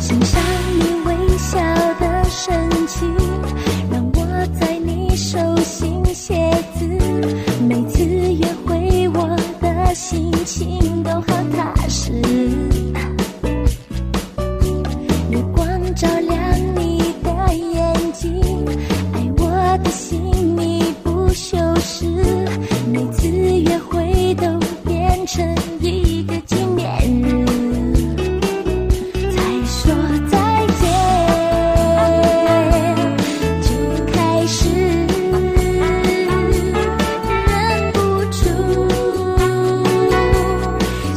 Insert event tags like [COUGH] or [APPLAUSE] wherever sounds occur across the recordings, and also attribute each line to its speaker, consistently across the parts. Speaker 1: 欣赏你微笑的神情，让我在你手心写字。每次约会，我的心情都好踏实。月光照亮你的眼睛，爱我的心你不修饰。每次约会都变成一个纪念日。才说再见，就开始忍不住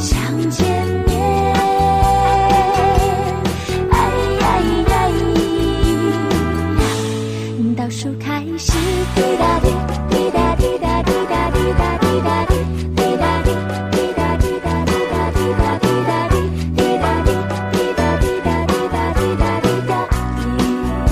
Speaker 1: 想见面。哎呀呀呀！倒数开始，滴答滴，滴答滴答滴答滴答滴答滴，滴答滴，滴答滴答滴答滴答滴答滴，滴答滴。滴答滴答滴答滴答滴答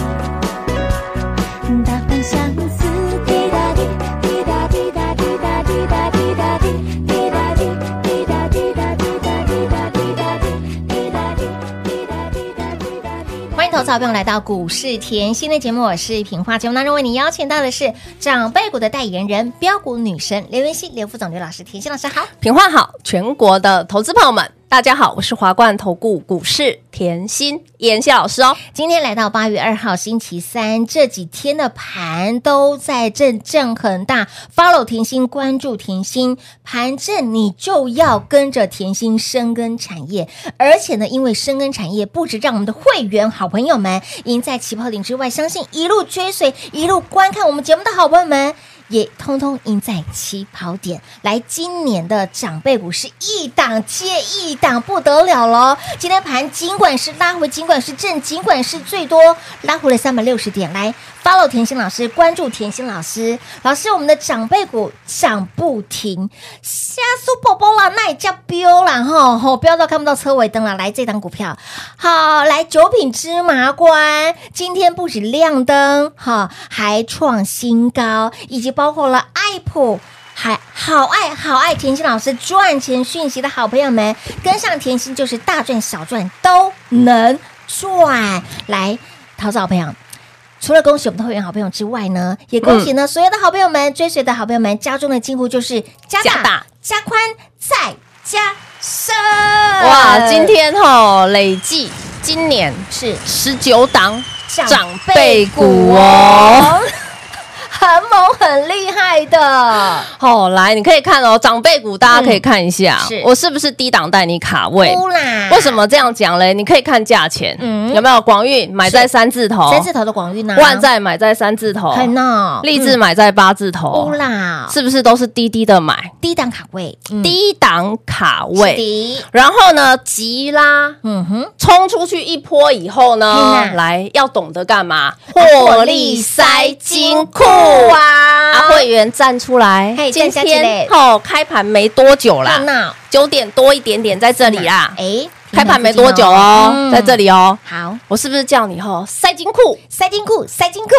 Speaker 1: 滴，大方相思。滴答滴滴答滴答滴答滴答滴答滴，滴答滴滴答滴答滴答滴答滴答滴，滴答滴滴答滴答滴答滴答。
Speaker 2: 欢迎投资好朋友来到股市甜心的节目，我是平花。节目当中为你邀请到的是长辈股的代言人标股女神刘元熙、刘副总、刘老师、甜心老师好。
Speaker 3: 平话好，全国的投资朋友们，大家好，我是华冠投顾股市甜心妍希老师哦。
Speaker 2: 今天来到八月二号星期三，这几天的盘都在震震很大，follow 甜心，关注甜心，盘正你就要跟着甜心深耕产业，而且呢，因为深耕产业不止让我们的会员好朋友们赢在起跑点之外，相信一路追随、一路观看我们节目的好朋友们。也通通赢在起跑点。来，今年的长辈股是一档接一档，不得了喽！今天盘尽管是拉回，尽管是正，尽管是最多拉回了三百六十点。来，follow 甜心老师，关注甜心老师，老师，我们的长辈股涨不停，下苏宝宝啦，那也叫飙啦吼吼，飙哦到看不到车尾灯了。来，这档股票好，来九品芝麻官，今天不止亮灯哈，还创新高，以及包括了爱普。还好爱好爱甜心老师赚钱讯息的好朋友们，跟上甜心就是大赚小赚都能赚。来，桃子好朋友，除了恭喜我们的会员好朋友之外呢，也恭喜呢、
Speaker 3: 嗯
Speaker 2: 所有的好朋友们、追随的好朋友们，家中的金库就是加大、
Speaker 3: 加大
Speaker 2: 加宽、再加深。
Speaker 3: 哇，今天吼、累计今年是十九档长辈股哦。，
Speaker 2: [LAUGHS] 很猛很厉害的，
Speaker 3: 哦，来，你可以看哦，长辈股大家可以看一下，
Speaker 2: 嗯是
Speaker 3: 我是不是低档带你卡位？
Speaker 2: 哭啦！
Speaker 3: 为什么这样讲嘞？你可以看价钱，
Speaker 2: 嗯
Speaker 3: 有没有广运买在
Speaker 2: 是
Speaker 3: 三字头，
Speaker 2: 三字头的广运呢？
Speaker 3: 万载买在三字头，
Speaker 2: 很闹，
Speaker 3: 立志买在八字头
Speaker 2: 哭，啦，
Speaker 3: 是不是都是低低的买，
Speaker 2: 低档卡位，嗯
Speaker 3: 低档卡
Speaker 2: 是
Speaker 3: 位？
Speaker 2: 的
Speaker 3: 然后呢，急拉
Speaker 2: 嗯哼，
Speaker 3: 冲出去一波以后
Speaker 2: 天哪
Speaker 3: 呢，来要懂得干嘛？获利塞金库啊！
Speaker 2: 啊
Speaker 3: 会员站出来
Speaker 2: 嘿，
Speaker 3: 今
Speaker 2: 站起来
Speaker 3: 天哦，开盘没多久
Speaker 2: 热
Speaker 3: 啦，
Speaker 2: 闹
Speaker 3: 九点多一点点在这里啦，
Speaker 2: 哎，
Speaker 3: 开盘没多久哦，在这
Speaker 2: 里
Speaker 3: 里哦，
Speaker 2: 好，
Speaker 3: 我是不是叫你吼塞金库？
Speaker 2: 塞金库，塞金库，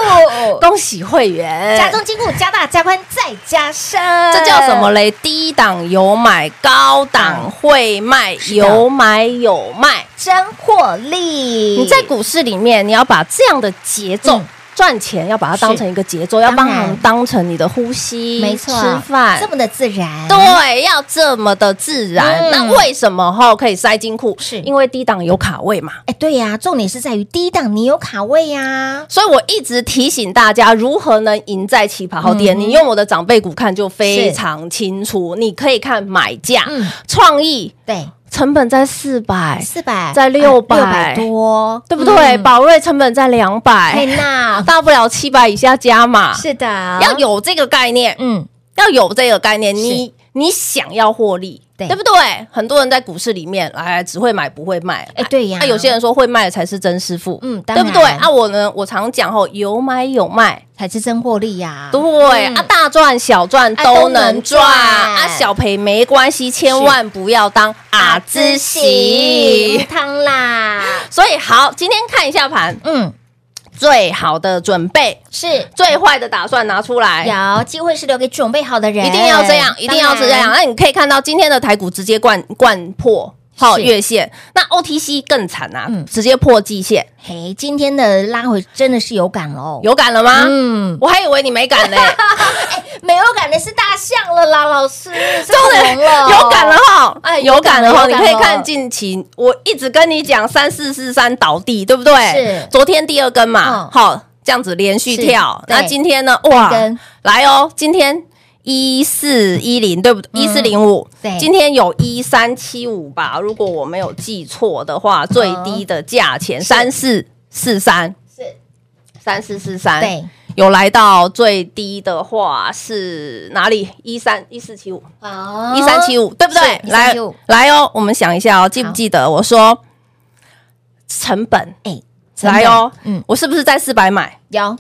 Speaker 3: 恭喜会员，
Speaker 2: 加重金库，加大加宽再加深，
Speaker 3: 这叫什么？
Speaker 2: 呃
Speaker 3: 嘞？低档有买，高
Speaker 2: 嗯
Speaker 3: 档会卖，有买有卖。
Speaker 2: 真获利！
Speaker 3: 你在股市里面，你要把这样的节奏
Speaker 2: 嗯
Speaker 3: 赚钱要把它当成一个节奏，要
Speaker 2: 当
Speaker 3: 帮
Speaker 2: 然
Speaker 3: 忙当成你的呼吸，
Speaker 2: 没错，
Speaker 3: 吃饭
Speaker 2: 这。么的自然，
Speaker 3: 对，要这么的自然。
Speaker 2: 嗯
Speaker 3: 那为什么吼可以塞金库？
Speaker 2: 是
Speaker 3: 因为低档有卡位嘛。
Speaker 2: 哎，对呀、重点是在于低档你有卡位呀、
Speaker 3: 所以我一直提醒大家如何能赢在起跑
Speaker 2: 嗯
Speaker 3: 点。你用我的长辈股看就非常清楚，你可以看买价、
Speaker 2: 嗯，
Speaker 3: 创意
Speaker 2: 对，
Speaker 3: 成本在四百，
Speaker 2: 四百哎
Speaker 3: 在600
Speaker 2: 六百多，
Speaker 3: 对不对？
Speaker 2: 嗯？
Speaker 3: 宝瑞成本在两
Speaker 2: 嘿
Speaker 3: 百，
Speaker 2: 那
Speaker 3: [LAUGHS] 大不了七百以下加码。
Speaker 2: 是啊的，
Speaker 3: 要有这个概念，
Speaker 2: 嗯，
Speaker 3: 要有这个概念，你你想要获利，
Speaker 2: 对
Speaker 3: 不对？很多人在股市里面，哎，只会买不会卖。
Speaker 2: 哎，对呀、
Speaker 3: 那、啊有些人说会卖的才是真师傅，
Speaker 2: 嗯当
Speaker 3: 对
Speaker 2: 然
Speaker 3: 不对？啊，我呢，我常讲吼，有买有卖，
Speaker 2: 才是真获利呀、
Speaker 3: 对、
Speaker 2: 嗯
Speaker 3: 啊，大赚小赚
Speaker 2: 啊都
Speaker 3: 都能赚
Speaker 2: 能赚
Speaker 3: 啊，小赔没关系，千万不要当阿兹
Speaker 2: 无
Speaker 3: [LAUGHS] 喜。
Speaker 2: 汤啦，
Speaker 3: 所以好，今天看一下盘，
Speaker 2: 嗯，
Speaker 3: 最好的准备，
Speaker 2: 是
Speaker 3: 最坏的打算拿出来。
Speaker 2: 有机会是留给准备好的人，
Speaker 3: 哎一定要这样，一定要这
Speaker 2: 当然
Speaker 3: 样。。那你可以看到今天的台股直接灌灌破好
Speaker 2: 是
Speaker 3: 月线，那 OTC 更惨啊
Speaker 2: 嗯，
Speaker 3: 直接破季线，
Speaker 2: 嘿，今天的拉回真的是有感喽，
Speaker 3: 有啊感了吗？
Speaker 2: 嗯，
Speaker 3: 我还以为你
Speaker 2: [LAUGHS]
Speaker 3: 没感嘞，
Speaker 2: 没有感的是大象了啦，老师，
Speaker 3: [LAUGHS]
Speaker 2: 是
Speaker 3: 真的
Speaker 2: 恐龙了，
Speaker 3: 有感了哈，
Speaker 2: 哦哎有
Speaker 3: 有
Speaker 2: 感
Speaker 3: 感
Speaker 2: 了
Speaker 3: 了哈，
Speaker 2: 有
Speaker 3: 你
Speaker 2: 感
Speaker 3: 可以
Speaker 2: 了
Speaker 3: 看近期，我一直跟你讲三四四三倒地，对不对？
Speaker 2: 是
Speaker 3: 昨天第二根嘛
Speaker 2: 嗯，
Speaker 3: 好，这样子连续
Speaker 2: 是
Speaker 3: 跳。
Speaker 2: 对
Speaker 3: 那今天呢？哇
Speaker 2: 根，
Speaker 3: 来哦，今天一四一零，对不对？一四零五
Speaker 2: 嗯对，
Speaker 3: 今天有一三七五吧，如果我没有记错的话，最低的价钱三四四三
Speaker 2: 嗯是
Speaker 3: 三四四三，
Speaker 2: 对，
Speaker 3: 有来到最低的话是哪里？一三一四七五。
Speaker 2: 哦
Speaker 3: 一三七五，对不对？
Speaker 2: 是
Speaker 3: 来
Speaker 2: 1375
Speaker 3: 来哦，我们想一下哦，记不
Speaker 2: 好
Speaker 3: 记得我说成本
Speaker 2: 哎，成本
Speaker 3: 来哦？
Speaker 2: 嗯
Speaker 3: 嗯，，我是不是在四百买
Speaker 2: 有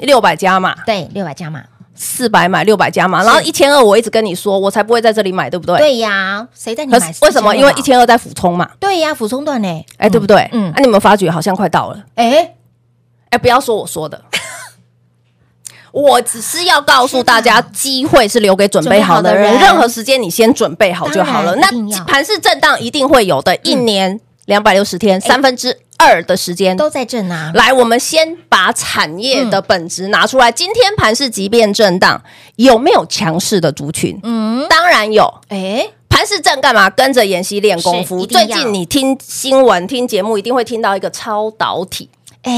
Speaker 3: 六百加码？
Speaker 2: 对六百加码，
Speaker 3: 四百买六百加码，然后一千二，我一直跟你说，我才不会在这里买，对不对？。
Speaker 2: 对呀，谁带你
Speaker 3: 可
Speaker 2: 买啊
Speaker 3: 是？为什么？因为一，千二在俯冲嘛，
Speaker 2: 对呀，俯冲段呢？
Speaker 3: 哎，对不对？
Speaker 2: 嗯
Speaker 3: 嗯。啊，你们发觉好像快到了，
Speaker 2: 哎，
Speaker 3: 哎，不要说我
Speaker 2: [LAUGHS]
Speaker 3: 说的。我只是要告诉大家，机会是留给准备好的人
Speaker 2: 准。备好的人
Speaker 3: 任何时间你先准备好就好了。
Speaker 2: 当
Speaker 3: 那
Speaker 2: 然一定要嗯
Speaker 3: 盘市震荡一定会有的，一年两百六十天，三分之二的时间。
Speaker 2: 都在震啊，
Speaker 3: 来，我们先把产业的本质拿出来。今天盘市即便震荡，有没有强势的族群？
Speaker 2: 嗯，
Speaker 3: 当然有。
Speaker 2: 哎，
Speaker 3: 盘市震干嘛？跟着妍希练功
Speaker 2: 是一
Speaker 3: 夫。
Speaker 2: 定要
Speaker 3: 最近你听新闻、听节目，一定会听到一个超导体。
Speaker 2: 哎，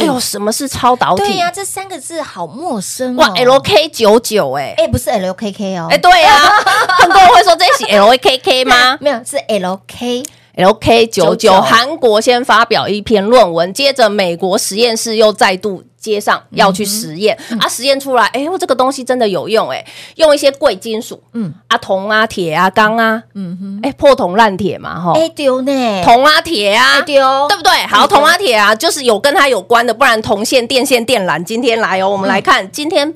Speaker 3: 哎呦，什么是超导体？
Speaker 2: 对呀，这三个字好陌生哦
Speaker 3: 哇，LK 九九哎
Speaker 2: 哎，不是 LKK 哦，
Speaker 3: 哎，对啊， [LAUGHS] 很多人会说这是 LKK 吗
Speaker 2: 没有是 LK，
Speaker 3: ？LK 九
Speaker 2: 99
Speaker 3: 九，韩国先发表一篇论文，接着美国实验室又再度接上要去实验啊，实验出来，哎，我这个东西真的有用哎，用一些贵金属，
Speaker 2: 嗯
Speaker 3: 嗯，啊铜啊铁啊钢啊，
Speaker 2: 嗯哼，
Speaker 3: 哎破铜烂铁嘛哈，
Speaker 2: 哎丢呢，
Speaker 3: 铜啊铁啊
Speaker 2: 哎。丢
Speaker 3: 哦对，不对？好，铜啊铁啊，就是有跟它有关的，不然铜线、电线、电缆，今天来哦，我们来看今天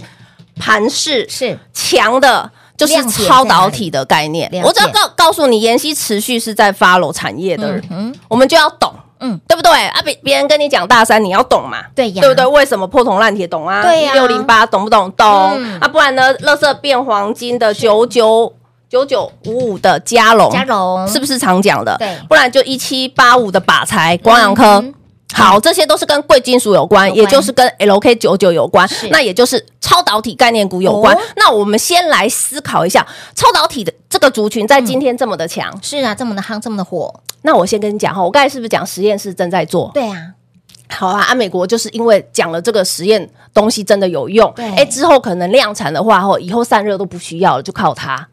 Speaker 3: 盘市
Speaker 2: 是
Speaker 3: 强的。就是
Speaker 2: 亮点在
Speaker 3: 超导体的概念
Speaker 2: 哪里，
Speaker 3: 我只要
Speaker 2: 了解
Speaker 3: 告告诉你，妍希持续是在 follow 产业的人，
Speaker 2: 嗯
Speaker 3: 我们就要懂，
Speaker 2: 嗯
Speaker 3: 嗯，对不对？啊，别别人跟你讲大山，你要懂嘛，
Speaker 2: 对呀
Speaker 3: 对不对？为什么破铜烂铁懂啊？
Speaker 2: 对呀
Speaker 3: 六零八懂不懂？懂
Speaker 2: 嗯
Speaker 3: 啊，不然呢？垃圾变黄金的九九九九五五的嘉龙，
Speaker 2: 嘉荣
Speaker 3: 是不是常讲的？
Speaker 2: 对
Speaker 3: 不然就一七八五的靶材、光阳科。
Speaker 2: 嗯
Speaker 3: 好，这些都是跟贵金属有关，
Speaker 2: 有关
Speaker 3: 也就是跟 LK 九九有关，那也就是超导体概念股有关。
Speaker 2: 哦
Speaker 3: 那我们先来思考一下，超导体的这个族群在今天这么的强，
Speaker 2: 是啊，这么的夯，这么的火，
Speaker 3: 那我先跟你讲哈，我刚才是不是讲实验室正在做？
Speaker 2: 对啊，
Speaker 3: 好啊，啊，美国就是因为讲了这个实验东西真的有用，
Speaker 2: 对
Speaker 3: 哎，之后可能量产的话，吼，以后散热都不需要了，就靠它。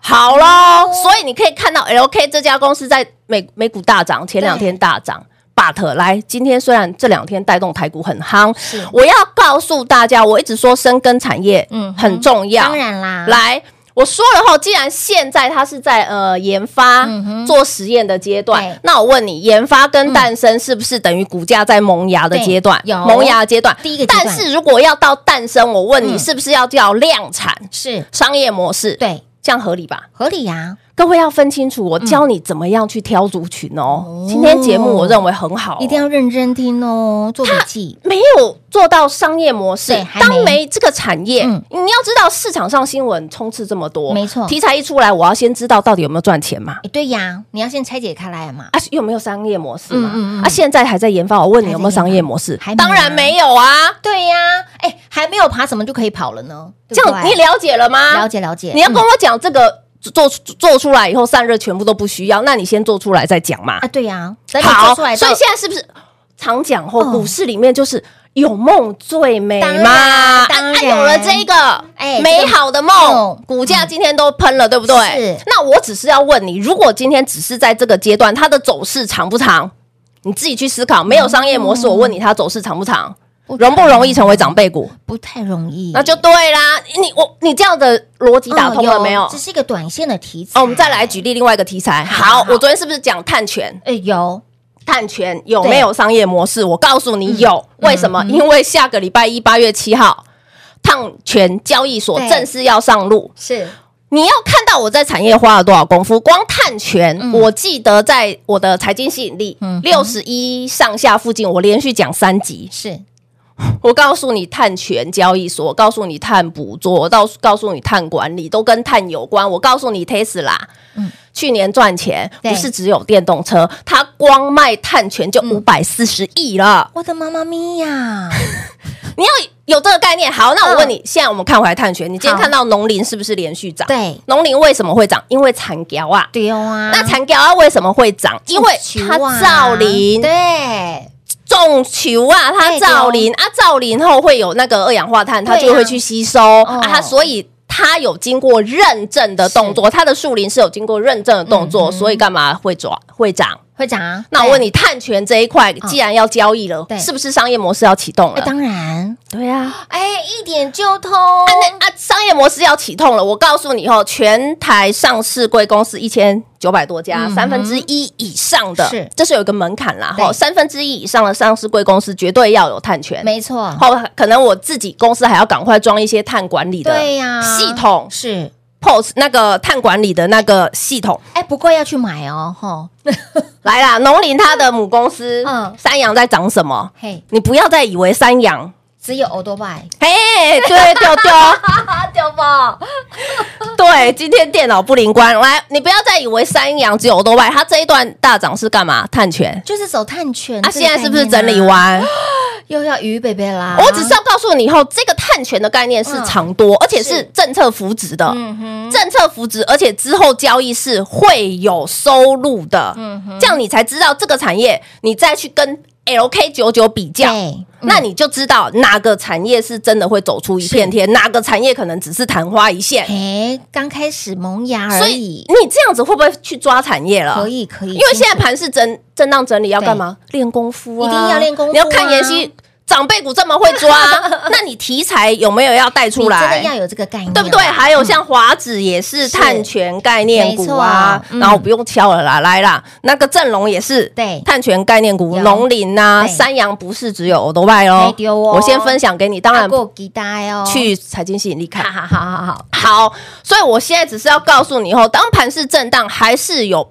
Speaker 3: 好
Speaker 2: 哦
Speaker 3: 喽，所以你可以看到 LK 这家公司在美美股大涨，前两天大涨。But 来，今天虽然这两天带动台股很夯
Speaker 2: 是，
Speaker 3: 我要告诉大家，我一直说深耕产业，
Speaker 2: 嗯
Speaker 3: 嗯，
Speaker 2: 哼
Speaker 3: 很重要。
Speaker 2: 当然啦，
Speaker 3: 来，我说了哈，既然现在它是在呃研发、
Speaker 2: 嗯哼
Speaker 3: 做实验的阶段
Speaker 2: 对，
Speaker 3: 那我问你，研发跟诞生是不是等于股价在萌芽的阶段？
Speaker 2: 对有
Speaker 3: 萌芽的阶段，
Speaker 2: 第一个阶段
Speaker 3: 但是如果要到诞生，我问你，
Speaker 2: 嗯
Speaker 3: 是不是要叫量产
Speaker 2: 是
Speaker 3: 商业模式？，
Speaker 2: 对，
Speaker 3: 这样合理吧？
Speaker 2: 合理呀、啊
Speaker 3: 各位要分清楚，我教你怎么样去挑族群哦。
Speaker 2: 哦
Speaker 3: 今天节目我认为很好哦、
Speaker 2: 一定要认真听哦，做笔记。
Speaker 3: 没有做到商业模式
Speaker 2: 对还，没
Speaker 3: 当没这个产业，
Speaker 2: 嗯
Speaker 3: 你要知道市场上新闻充斥这么多，
Speaker 2: 没错
Speaker 3: 题材一出来，我要先知道到底有没有赚钱嘛。
Speaker 2: 哎，对呀，你要先拆解开来嘛。
Speaker 3: 啊，有没有商业模式嘛？
Speaker 2: 嗯嗯嗯
Speaker 3: 啊，现在还在研发，我问你有没有商业模式
Speaker 2: 还在研？发
Speaker 3: 当然没有啊，
Speaker 2: 对呀，哎，还没有爬什么就可以跑了呢？对
Speaker 3: 这
Speaker 2: 不
Speaker 3: 样
Speaker 2: 对
Speaker 3: 你了解了吗？
Speaker 2: 了解了解，
Speaker 3: 你要跟
Speaker 2: 嗯
Speaker 3: 我讲这个做做出来以后散热全部都不需要，那你先做出来再讲嘛。
Speaker 2: 啊，对呀，等你做出
Speaker 3: 好，所以
Speaker 2: 来
Speaker 3: 现
Speaker 2: 到，
Speaker 3: 在是不是常讲后
Speaker 2: 嗯
Speaker 3: 股市里面就是有梦最美
Speaker 2: 当
Speaker 3: 嘛？
Speaker 2: 然
Speaker 3: 啊
Speaker 2: 当
Speaker 3: 啊
Speaker 2: 然
Speaker 3: 有了这个
Speaker 2: 哎
Speaker 3: 美好的
Speaker 2: 这个
Speaker 3: 梦
Speaker 2: 梦，
Speaker 3: 股价今天都喷了，对不对
Speaker 2: 是？
Speaker 3: 那我只是要问你，如果今天只是在这个阶段，它的走势长不长？你自己去思考，没有商业模式，我问你，它走势长不长？
Speaker 2: 嗯
Speaker 3: 容不容易成为长辈股？
Speaker 2: 不太容易，
Speaker 3: 那就对
Speaker 2: 嗯
Speaker 3: 啦。你我你这样的逻辑打通了没有？
Speaker 2: 这是一个短线的题材。
Speaker 3: 哦，我们再来举例另外一个题材。
Speaker 2: 哦好
Speaker 3: 好，我昨天是不是讲碳权？
Speaker 2: 哎，有
Speaker 3: 碳权有
Speaker 2: 对嗯
Speaker 3: 没有商业模式？我告诉你有，为什么？因为下个礼拜一八月七号，碳权交易所
Speaker 2: 对
Speaker 3: 正式要上路。
Speaker 2: 是
Speaker 3: 你要看到我在产业花了多少功夫，光碳权，
Speaker 2: 嗯
Speaker 3: 我记得在我的财经吸引力
Speaker 2: 嗯哼
Speaker 3: 六十一上下附近，我连续讲三集。
Speaker 2: 是，
Speaker 3: 我告诉你，碳权交易所，我告诉你碳捕捉，我告诉告诉你碳管理，都跟碳有关。我告诉你，Tesla，
Speaker 2: 嗯
Speaker 3: 去年赚钱
Speaker 2: 对嗯
Speaker 3: 不是只有电动车，它光卖碳权就五百四十亿了。
Speaker 2: 我的妈妈咪
Speaker 3: [LAUGHS]
Speaker 2: 呀！
Speaker 3: 你要有这个概念。好，
Speaker 2: 嗯
Speaker 3: 那我问你，现在我们看回来碳权，你今天看到农林是不是连续涨？，
Speaker 2: 对
Speaker 3: 农林为什么会涨？因为产条啊。
Speaker 2: 对哦啊，
Speaker 3: 那产条啊为什么会涨？因为它造林，
Speaker 2: 啊对，
Speaker 3: 种球啊，它造林啊，造林后会有那个二氧化碳，它
Speaker 2: 对啊
Speaker 3: 就会去吸收啊，
Speaker 2: 哦
Speaker 3: 它所以。它有经过认证的动作，它的树林是有经过认证的动
Speaker 2: 嗯
Speaker 3: 作，所以干嘛会涨会涨？
Speaker 2: 会涨啊。
Speaker 3: 那我问
Speaker 2: 你，
Speaker 3: 你，碳权这一块既然要交易了
Speaker 2: 哦对，
Speaker 3: 是不是商业模式要启动
Speaker 2: 哎，
Speaker 3: 了？
Speaker 2: 当然，
Speaker 3: 对啊，
Speaker 2: 哎，一点就通，
Speaker 3: 啊那啊，商业模式要启动了。我告诉你哦，全台上市贵公司一千九百多家，
Speaker 2: 嗯哼
Speaker 3: 三分之一以上的
Speaker 2: 是，
Speaker 3: 这是有一个门槛啦。
Speaker 2: 对
Speaker 3: 哈，三分之一以上的上市贵公司绝对要有碳权。
Speaker 2: 没错，
Speaker 3: 后可能我自己公司还要赶快装一些碳管理的
Speaker 2: 对呀
Speaker 3: 系统
Speaker 2: 是。
Speaker 3: ，POS 那个碳管理的那个系统
Speaker 2: 哎，不过要去买哦，吼，
Speaker 3: 来啦。农林它的母公司
Speaker 2: 嗯
Speaker 3: 三洋在涨什么？
Speaker 2: 嘿，
Speaker 3: 你不要再以为三洋，
Speaker 2: 只有欧多拜，
Speaker 3: 嘿，对丢丢，
Speaker 2: 对不？
Speaker 3: 对，今天电脑不灵光。来，你不要再以为三洋只有多外，它这一段大涨是干嘛？碳权。
Speaker 2: 就是走碳圈
Speaker 3: 啊，
Speaker 2: 这
Speaker 3: 现
Speaker 2: 个
Speaker 3: 在是不是
Speaker 2: 概
Speaker 3: 整
Speaker 2: 念啊
Speaker 3: 理？完？
Speaker 2: 又要鱼贝贝啦！
Speaker 3: 我只是要告诉你，以后这个碳权的概念是
Speaker 2: 嗯
Speaker 3: 长多，而且
Speaker 2: 是
Speaker 3: 是政策扶植的。
Speaker 2: 嗯哼，
Speaker 3: 政策扶植，而且之后交易是会有收入的，这样你才知道这个产业，你再去跟 LK 九九比较。
Speaker 2: 对，嗯
Speaker 3: 那你就知道哪个产业是真的会走出一片天，哪个产业可能只是昙花一现。
Speaker 2: 哎，刚开始萌芽
Speaker 3: 所
Speaker 2: 而
Speaker 3: 以
Speaker 2: 已，
Speaker 3: 你这样子会不会去抓产业了？
Speaker 2: 可以可以，
Speaker 3: 因为现在盘是震震荡整理，要干嘛？练功夫啊，
Speaker 2: 一定要练功夫啊
Speaker 3: 你要看妍希长辈股这么会
Speaker 2: [LAUGHS]
Speaker 3: 抓，那你题材有没有要带
Speaker 2: 你
Speaker 3: 出来？
Speaker 2: 真的要有这个概念，啊
Speaker 3: 对不对？还有像华指也是
Speaker 2: 是
Speaker 3: 碳权概念股啊
Speaker 2: 没，错嗯
Speaker 3: 然后不用敲了啦，来啦，那个正龙也是
Speaker 2: 对
Speaker 3: 碳权概念股，
Speaker 2: 有
Speaker 3: 农林呐、
Speaker 2: 对
Speaker 3: 三洋不是只有欧多拜哦
Speaker 2: 没丢哦
Speaker 3: 我先分享给你，当然
Speaker 2: 过吉大哦，
Speaker 3: 去财经吸引力看。
Speaker 2: 好好好好，
Speaker 3: 好，所以我现在只是要告诉你哦，当盘市震荡，还是有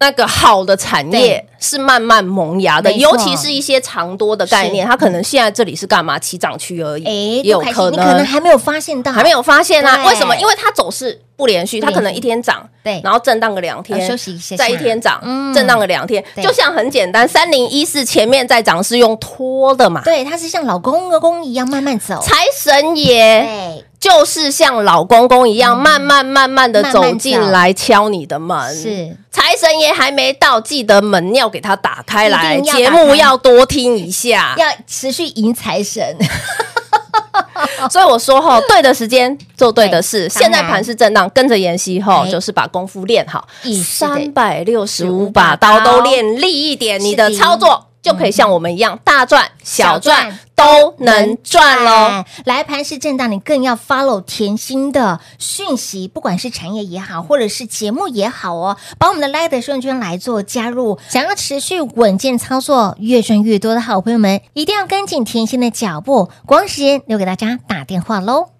Speaker 3: 那个好的产业是慢慢萌芽的，
Speaker 2: 没错
Speaker 3: 尤其是一些长多的概念，
Speaker 2: 是
Speaker 3: 它可能现在这里是干嘛起涨区而已，
Speaker 2: 哎，
Speaker 3: 也
Speaker 2: 都
Speaker 3: 有
Speaker 2: 开始
Speaker 3: 可
Speaker 2: 你
Speaker 3: 能
Speaker 2: 可能还没有发现到，
Speaker 3: 还没有发现啊？
Speaker 2: 对
Speaker 3: 为什么？因为它走势不连
Speaker 2: 不连续
Speaker 3: 续，它可能一天涨，
Speaker 2: 对
Speaker 3: 然后震荡个两天，
Speaker 2: 呃休息一下下
Speaker 3: 再一天涨
Speaker 2: 嗯，
Speaker 3: 震荡个两天，
Speaker 2: 对
Speaker 3: 就像很简单，三零一四前面在涨是用拖的嘛，
Speaker 2: 对，它是像老公公公一样慢慢走，
Speaker 3: 财神爷
Speaker 2: 对，
Speaker 3: 就是像老公公一样，慢慢慢慢的
Speaker 2: 慢慢
Speaker 3: 走进
Speaker 2: 走
Speaker 3: 来敲你的门，
Speaker 2: 是
Speaker 3: 财神爷还没到，记得门要给他打开来，
Speaker 2: 一定要
Speaker 3: 节
Speaker 2: 打开
Speaker 3: 目要多听一下。
Speaker 2: 要持续迎财神， [LAUGHS]
Speaker 3: 所以我说吼，对的时间做对的
Speaker 2: 对
Speaker 3: 事。
Speaker 2: 当然
Speaker 3: 现在盘是震荡，跟着妍希吼，
Speaker 2: 哎
Speaker 3: 就是把功夫练好，
Speaker 2: 意思得
Speaker 3: 三百六十五把刀都练利一点，
Speaker 2: 是
Speaker 3: 你的操作就可以像我们一样大赚小
Speaker 2: 小
Speaker 3: 赚
Speaker 2: 赚
Speaker 3: 都能赚喽。
Speaker 2: 哎。来盘是震荡，你更要 follow 甜心的讯息，不管是产业也好，或者是节目也好哦，把我们的 l i g h 顺圈来做加入。想要持续稳健操作，越赚越多的好朋友们，一定要跟紧甜心的脚步。广告时间留给大家打电话喽。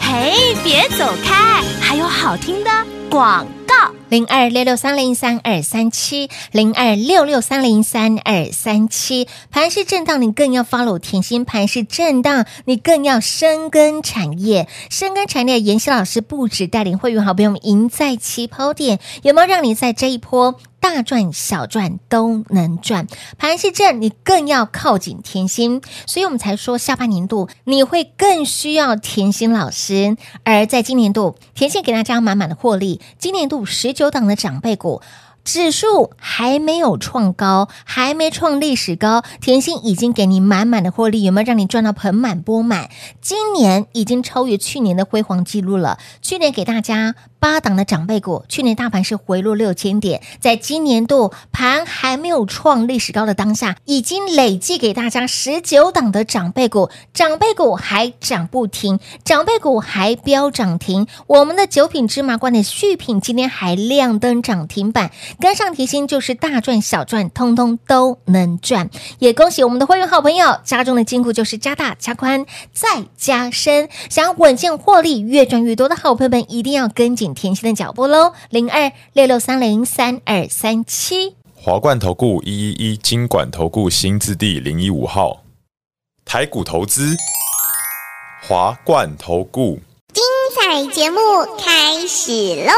Speaker 4: 嘿，别走开，还有好听的广告。
Speaker 2: 零二六六三零三二三七零二六六三零三二三七。盘是震荡，你更要 follow 甜心；盘是震荡，你更要深耕产业。深耕产业，妍希老师不止带领会员好朋友们赢在起跑点，有没有让你在这一波？大赚小赚都能赚，盘是正，你更要靠紧甜心，所以我们才说下半年度你会更需要甜心老师。而在今年度，甜心给大家满满的获利，今年度十九档的长辈股。指数还没有创高，还没创历史高，甜心已经给你满满的获利，有没有让你赚到盆满钵满？今年已经超越去年的辉煌记录了。去年给大家八档的长辈股，去年大盘是回落六千点，在今年度盘还没有创历史高的当下，已经累计给大家十九档的长辈股，长辈股还涨不停，长辈股还飙涨停。我们的九品芝麻官的续品今天还亮灯涨停板，跟上甜心就是大赚小赚，通通都能赚。也恭喜我们的会员好朋友，家中的金库就是加大、加宽、再加深。想要稳健获利、越赚越多的好朋友们，一定要跟紧甜心的脚步喽！零二六六三零三二三七。
Speaker 5: 华冠投顾一一一金管投顾新字第零一五号，台股投资，华冠投顾。
Speaker 4: 彩节目开始喽！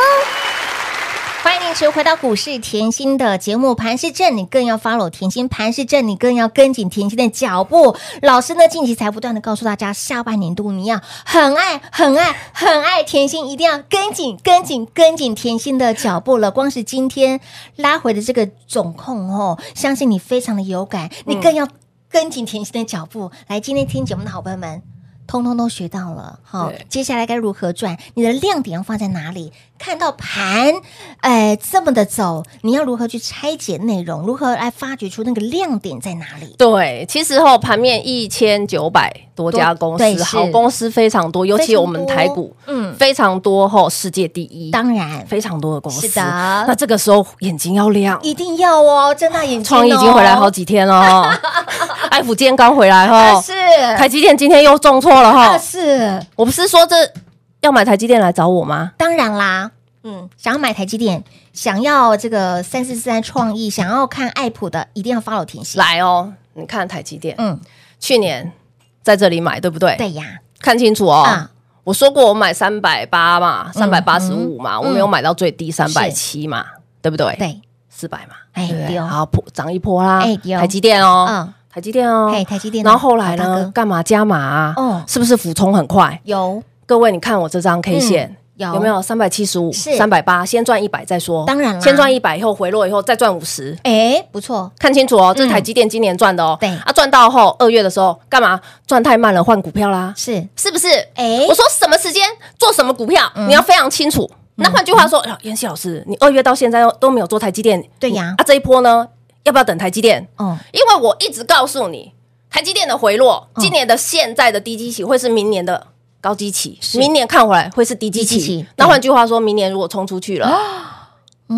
Speaker 2: 欢迎您持续回到股市甜心的节目，盘是正，你更要 follow 甜心；盘是正，你更要跟紧甜心的脚步。老师呢，近期才不断的告诉大家，下半年度你要很爱、很爱、很爱甜心，一定要跟紧、跟紧、跟紧甜心的脚步了。光是今天拉回的这个总控哦，相信你非常的有感，你更要跟紧甜心的脚步。来，今天听节目的好朋友们。通通都学到了，好、
Speaker 3: 对
Speaker 2: 接下来该如何赚？你的亮点要放在哪里？看到盘，哎、这么的走，你要如何去拆解内容？如何来发掘出那个亮点在哪里？
Speaker 3: 对，其实哈、盘面一千九百多家公
Speaker 2: 对
Speaker 3: 司，
Speaker 2: 是
Speaker 3: 好公司非常多，尤
Speaker 2: 非
Speaker 3: 其
Speaker 2: 常
Speaker 3: 我们
Speaker 2: 多
Speaker 3: 台股，
Speaker 2: 嗯
Speaker 3: 嗯，非常多哈、世界第一，
Speaker 2: 当然，
Speaker 3: 非常多的公司。
Speaker 2: 是的
Speaker 3: 那这个时候眼睛要亮。
Speaker 2: 一定要哦，睁大眼睛、哦。
Speaker 3: 创意已经回来好哦几天了，哦
Speaker 2: [LAUGHS]
Speaker 3: 艾普今天刚回来
Speaker 2: 啊
Speaker 3: 哈，
Speaker 2: 是
Speaker 3: 台积电今天又重挫了
Speaker 2: 啊
Speaker 3: 哈。
Speaker 2: 是，
Speaker 3: 我不是说这要买台积电来找我吗？
Speaker 2: 当然啦。嗯，想要买台积电，想要这个三四三创意，想要看爱普的，一定要 follow 甜心。
Speaker 3: 来哦，你看台积电，
Speaker 2: 嗯，
Speaker 3: 去年在这里买对不对？，
Speaker 2: 对呀，
Speaker 3: 看清楚哦。
Speaker 2: 啊
Speaker 3: 我说过我买三百八嘛，三百八十
Speaker 2: 嗯
Speaker 3: 五嘛，我没有买到最低三百
Speaker 2: 是
Speaker 3: 七嘛，对不对？，
Speaker 2: 对，
Speaker 3: 四百嘛，
Speaker 2: 哎
Speaker 3: 对
Speaker 2: 对
Speaker 3: 不对
Speaker 2: 哦
Speaker 3: 好破涨一波啦
Speaker 2: 哎对哦，
Speaker 3: 台积电哦
Speaker 2: 嗯，
Speaker 3: 台积电哦
Speaker 2: 嘿，，台积电的
Speaker 3: 然后后来
Speaker 2: 老大哥
Speaker 3: 呢，干嘛加码啊？
Speaker 2: 哦
Speaker 3: 是不是俯冲很快？
Speaker 2: 有
Speaker 3: 各位，你看我这张 K 线。
Speaker 2: 嗯有
Speaker 3: 有没？有三百七十五、
Speaker 2: 是
Speaker 3: 三百八？先赚一百再说，
Speaker 2: 当然啦
Speaker 3: 先赚一百以后回落以后再赚五十，
Speaker 2: 哎，不错，
Speaker 3: 看清楚哦，这是台积电今年赚的哦。
Speaker 2: 嗯对
Speaker 3: 啊，赚到后二月的时候干嘛？赚太慢了，换股票啦，
Speaker 2: 是
Speaker 3: 是不是？
Speaker 2: 哎嗯
Speaker 3: 我说什么时间做什么股票，你要非常清楚。那换句话说，哎呀妍希老师，你二月到现在都没有做台积电，
Speaker 2: 对呀
Speaker 3: 你啊这一波呢，要不要等台积电？
Speaker 2: 哦，
Speaker 3: 因为我一直告诉你，台积电的回落，
Speaker 2: 嗯
Speaker 3: 今年的现在的低基期会是明年的高基期，
Speaker 2: 是
Speaker 3: 明年看回来会是低基
Speaker 2: 低基期
Speaker 3: 期。那换句话说，明年如果冲出去了，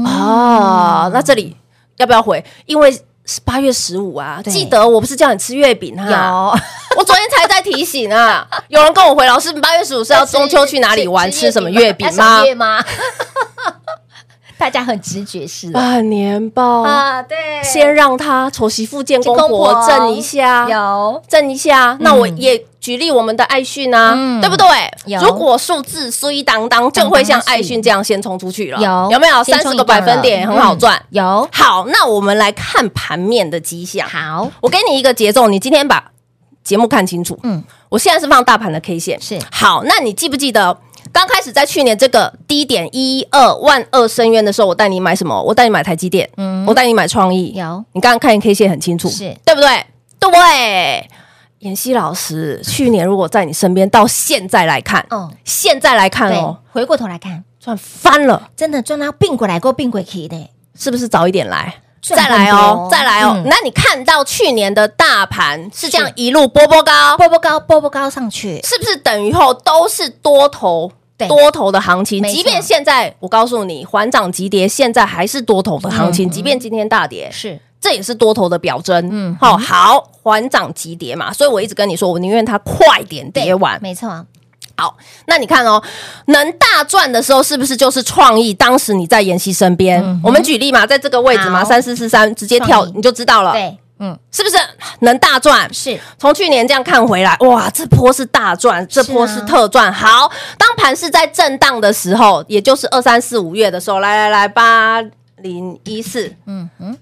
Speaker 3: 啊，那这里要不要回？因为八月十五啊，
Speaker 2: 对
Speaker 3: 记得我不是叫你吃月饼哈？
Speaker 2: 有。
Speaker 3: 我昨天才在提醒啊，有人跟我回老师，八月十五是要中秋去哪里玩，吃什么月饼吗
Speaker 2: 要赏？月吗？ [LAUGHS] 大家很直觉是的
Speaker 3: 啊，年报，
Speaker 2: 啊，对，
Speaker 3: 先让他丑媳妇见公
Speaker 2: 公
Speaker 3: 婆
Speaker 2: 婆
Speaker 3: 挣一下，
Speaker 2: 有
Speaker 3: 震一下。那我也举例我们的爱讯啊，
Speaker 2: 嗯
Speaker 3: 对不对
Speaker 2: 有？
Speaker 3: 如果数字衰当当，就会像爱讯这样先冲出去了，
Speaker 2: 有
Speaker 3: 有没有？
Speaker 2: 先
Speaker 3: 三
Speaker 2: 冲
Speaker 3: 十
Speaker 2: 一
Speaker 3: 个百分点
Speaker 2: 了
Speaker 3: 很好赚
Speaker 2: 嗯。有
Speaker 3: 好，那我们来看盘面的迹象。
Speaker 2: 好
Speaker 3: 我给你一个节奏，你今天把节目看清楚。
Speaker 2: 嗯
Speaker 3: 嗯，我现在是放大盘的 K 线。
Speaker 2: 是
Speaker 3: 好，那你记不记得刚开始在去年这个低点一二万二深渊的时候，我带你买什么？我带你买台积电，
Speaker 2: 嗯
Speaker 3: 嗯，我带你买创意。
Speaker 2: 有
Speaker 3: 你刚刚看 K 线很清楚，
Speaker 2: 是
Speaker 3: 对不对？对。妍希老师，去年如果在你身边，到现在来看，
Speaker 2: 嗯
Speaker 3: 嗯，现在来看
Speaker 2: 对
Speaker 3: 哦，，
Speaker 2: 回过头来看，
Speaker 3: 赚翻了，
Speaker 2: 真的赚到并过来过并过去的，
Speaker 3: 是不是早一点来？
Speaker 2: 赚
Speaker 3: 再
Speaker 2: 更
Speaker 3: 来
Speaker 2: 多
Speaker 3: 哦，再来哦。
Speaker 2: 嗯
Speaker 3: 那你看到去年的大盘是这样一路波波高，
Speaker 2: 波波高波波高上去，
Speaker 3: 是不是等于后都是多头
Speaker 2: 对？
Speaker 3: 多头的行情，
Speaker 2: 没错
Speaker 3: 即便现在我告诉你，缓涨急跌，现在还是多头的行
Speaker 2: 嗯
Speaker 3: 情。即便今天大跌，
Speaker 2: 是
Speaker 3: 这也是多头的表征。
Speaker 2: 嗯
Speaker 3: 嗯，好，好，缓涨急跌嘛，所以我一直跟你说，我宁愿它快点跌完。
Speaker 2: 没错，
Speaker 3: 好，那你看哦，能大赚的时候是不是就是创意？当时你在妍希身边，我们举例嘛，在这个位置嘛，
Speaker 2: 嗯好
Speaker 3: 三四四三直接跳
Speaker 2: 创意
Speaker 3: 你就知道了，
Speaker 2: 对，嗯，
Speaker 3: 是不是能大赚？
Speaker 2: 是
Speaker 3: 从去年这样看回来，哇，这波是大赚，
Speaker 2: 啊
Speaker 3: 这波是特赚。好，当盘是在震荡的时候，也就是二三四五月的时候，来来来，八零一四，
Speaker 2: 嗯嗯，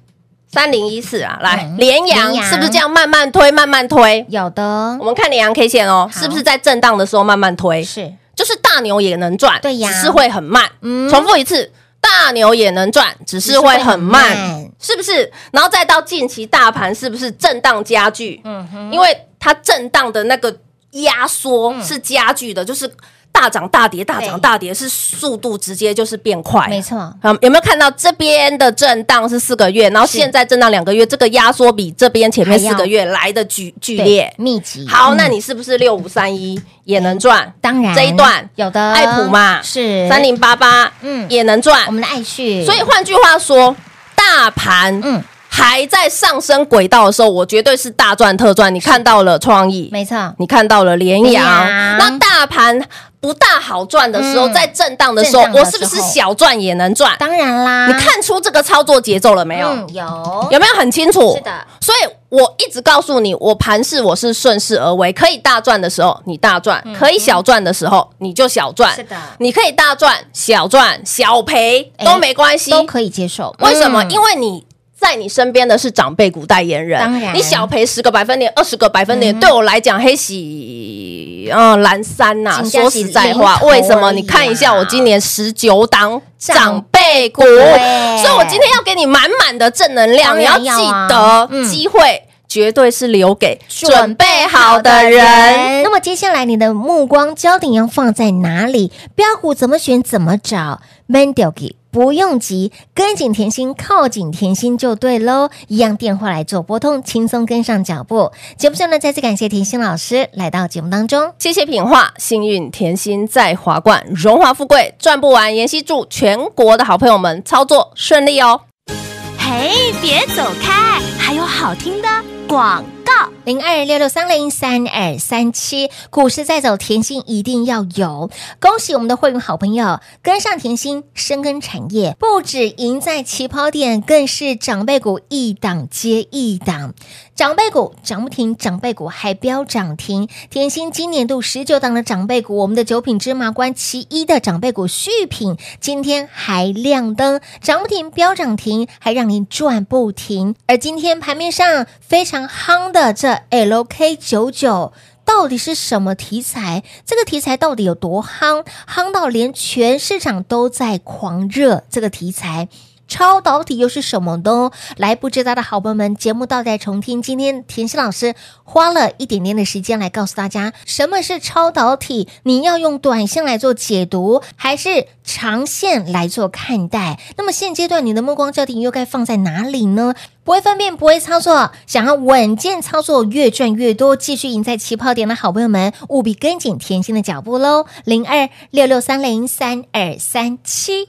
Speaker 3: 三零一四啊，来
Speaker 2: 嗯
Speaker 3: 联阳
Speaker 2: 联阳
Speaker 3: 是不是这样慢慢推，慢慢推？
Speaker 2: 有的
Speaker 3: 我们看联阳 K 线哦，
Speaker 2: 好
Speaker 3: 是不是在震荡的时候慢慢推？
Speaker 2: 是
Speaker 3: 就是大牛也能赚，
Speaker 2: 对呀
Speaker 3: 只是会很慢。
Speaker 2: 嗯
Speaker 3: 重复一次，大牛也能赚，只是会很慢，
Speaker 2: 只是会很慢
Speaker 3: 是不是？然后再到近期大盘是不是震荡加剧？
Speaker 2: 嗯哼，嗯
Speaker 3: 因为它震荡的那个压缩是加剧的，就是大涨大跌，大涨
Speaker 2: 对
Speaker 3: 大跌是速度直接就是变快，
Speaker 2: 没。错，
Speaker 3: 嗯，有没有看到这边的震荡是四个月，然后现在震荡两个月，这个压缩比这边前面
Speaker 2: 还
Speaker 3: 四
Speaker 2: 要
Speaker 3: 个月来的剧剧
Speaker 2: 对
Speaker 3: 烈。
Speaker 2: 密集。
Speaker 3: 好，
Speaker 2: 嗯
Speaker 3: 那你是不是六五三一也能赚？
Speaker 2: 当然
Speaker 3: 这一段
Speaker 2: 有的
Speaker 3: 爱普嘛
Speaker 2: 是
Speaker 3: 三，零八八，
Speaker 2: 嗯
Speaker 3: 也能赚
Speaker 2: 我。们的爱旭，
Speaker 3: 所以换句话说，大盘
Speaker 2: 嗯，
Speaker 3: 还在上升轨道的时候，我绝对是大赚特赚。你看到了创意，
Speaker 2: 没错，
Speaker 3: 你看到了联
Speaker 2: 联
Speaker 3: 阳，
Speaker 2: 阳
Speaker 3: 那大盘不大好赚的时候，
Speaker 2: 嗯
Speaker 3: 在震荡的时候，
Speaker 2: 震荡的
Speaker 3: 我
Speaker 2: 时
Speaker 3: 是
Speaker 2: 候
Speaker 3: 不是小赚也能赚？
Speaker 2: 当然啦，
Speaker 3: 你看出这个操作节奏了没有？
Speaker 2: 嗯有
Speaker 3: 有没有很清楚？
Speaker 2: 是的，
Speaker 3: 所以我一直告诉你，我盘势我是顺势而为，可以大赚的时候你大赚，可以小赚的时候你就小赚。
Speaker 2: 嗯是的
Speaker 3: 你可以大赚、小赚、小赔
Speaker 2: 哎
Speaker 3: 都没关系。
Speaker 2: 都可以接受，
Speaker 3: 为什么？
Speaker 2: 嗯
Speaker 3: 因为你。在你身边的是长辈股代言人，
Speaker 2: 当然
Speaker 3: 你小赔十个百分点、二十个百分点，对我来讲，黑喜，嗯，蓝山呐、
Speaker 2: 真的是
Speaker 3: 说实在
Speaker 2: 零
Speaker 3: 话，
Speaker 2: 头啊
Speaker 3: 为什么？
Speaker 2: 而已
Speaker 3: 你看一下
Speaker 2: 啦
Speaker 3: 我今年十九档长
Speaker 2: 长
Speaker 3: 辈股，
Speaker 2: 对
Speaker 3: 所以我今天要给你满满的正能量，
Speaker 2: 当
Speaker 3: 你要
Speaker 2: 然
Speaker 3: 记
Speaker 2: 要啊
Speaker 3: 得
Speaker 2: 嗯
Speaker 3: 机会绝对是留给准备好的人。
Speaker 2: 那么接下来你的目光焦点要放在哪里？标股怎么选？怎么找 m a n d o g 不用急，跟紧甜心，靠近甜心就对喽。一样电话来做拨通，轻松跟上脚步。节目上呢，再次感谢甜心老师来到节目当中。
Speaker 3: 谢谢品画，幸运甜心在华冠，荣华富贵赚不完。妍希祝全国的好朋友们操作顺利哦！
Speaker 4: 嘿，别走开，还有好听的广告。
Speaker 2: 零二六六三零三二三七，股市在走，甜心一定要有。恭喜我们的会员好朋友跟上甜心，深耕产业，不止赢在起跑点，更是长辈股一档接一档，长辈股涨不停，长辈股还飙涨停。甜心今年度十九档的长辈股，我们的九品芝麻官其一的长辈股续品，今天还亮灯，涨不停，飙涨停，还让您赚不停。而今天盘面上非常夯的这 LK 九九。到底是什么题材？这个题材到底有多夯？夯到连全市场都在狂热这个题材。超导体又是什么呢？来，不知道的好朋友们，节目倒带重听。今天田心老师花了一点点的时间来告诉大家，什么是超导体，你要用短线来做解读，还是长线来做看待？那么现阶段你的目光焦点又该放在哪里呢？不会分辨，不会操作，想要稳健操作，越赚越多，继续赢在起跑点的好朋友们，务必跟紧甜心的脚步喽！零二六六三零三二三七。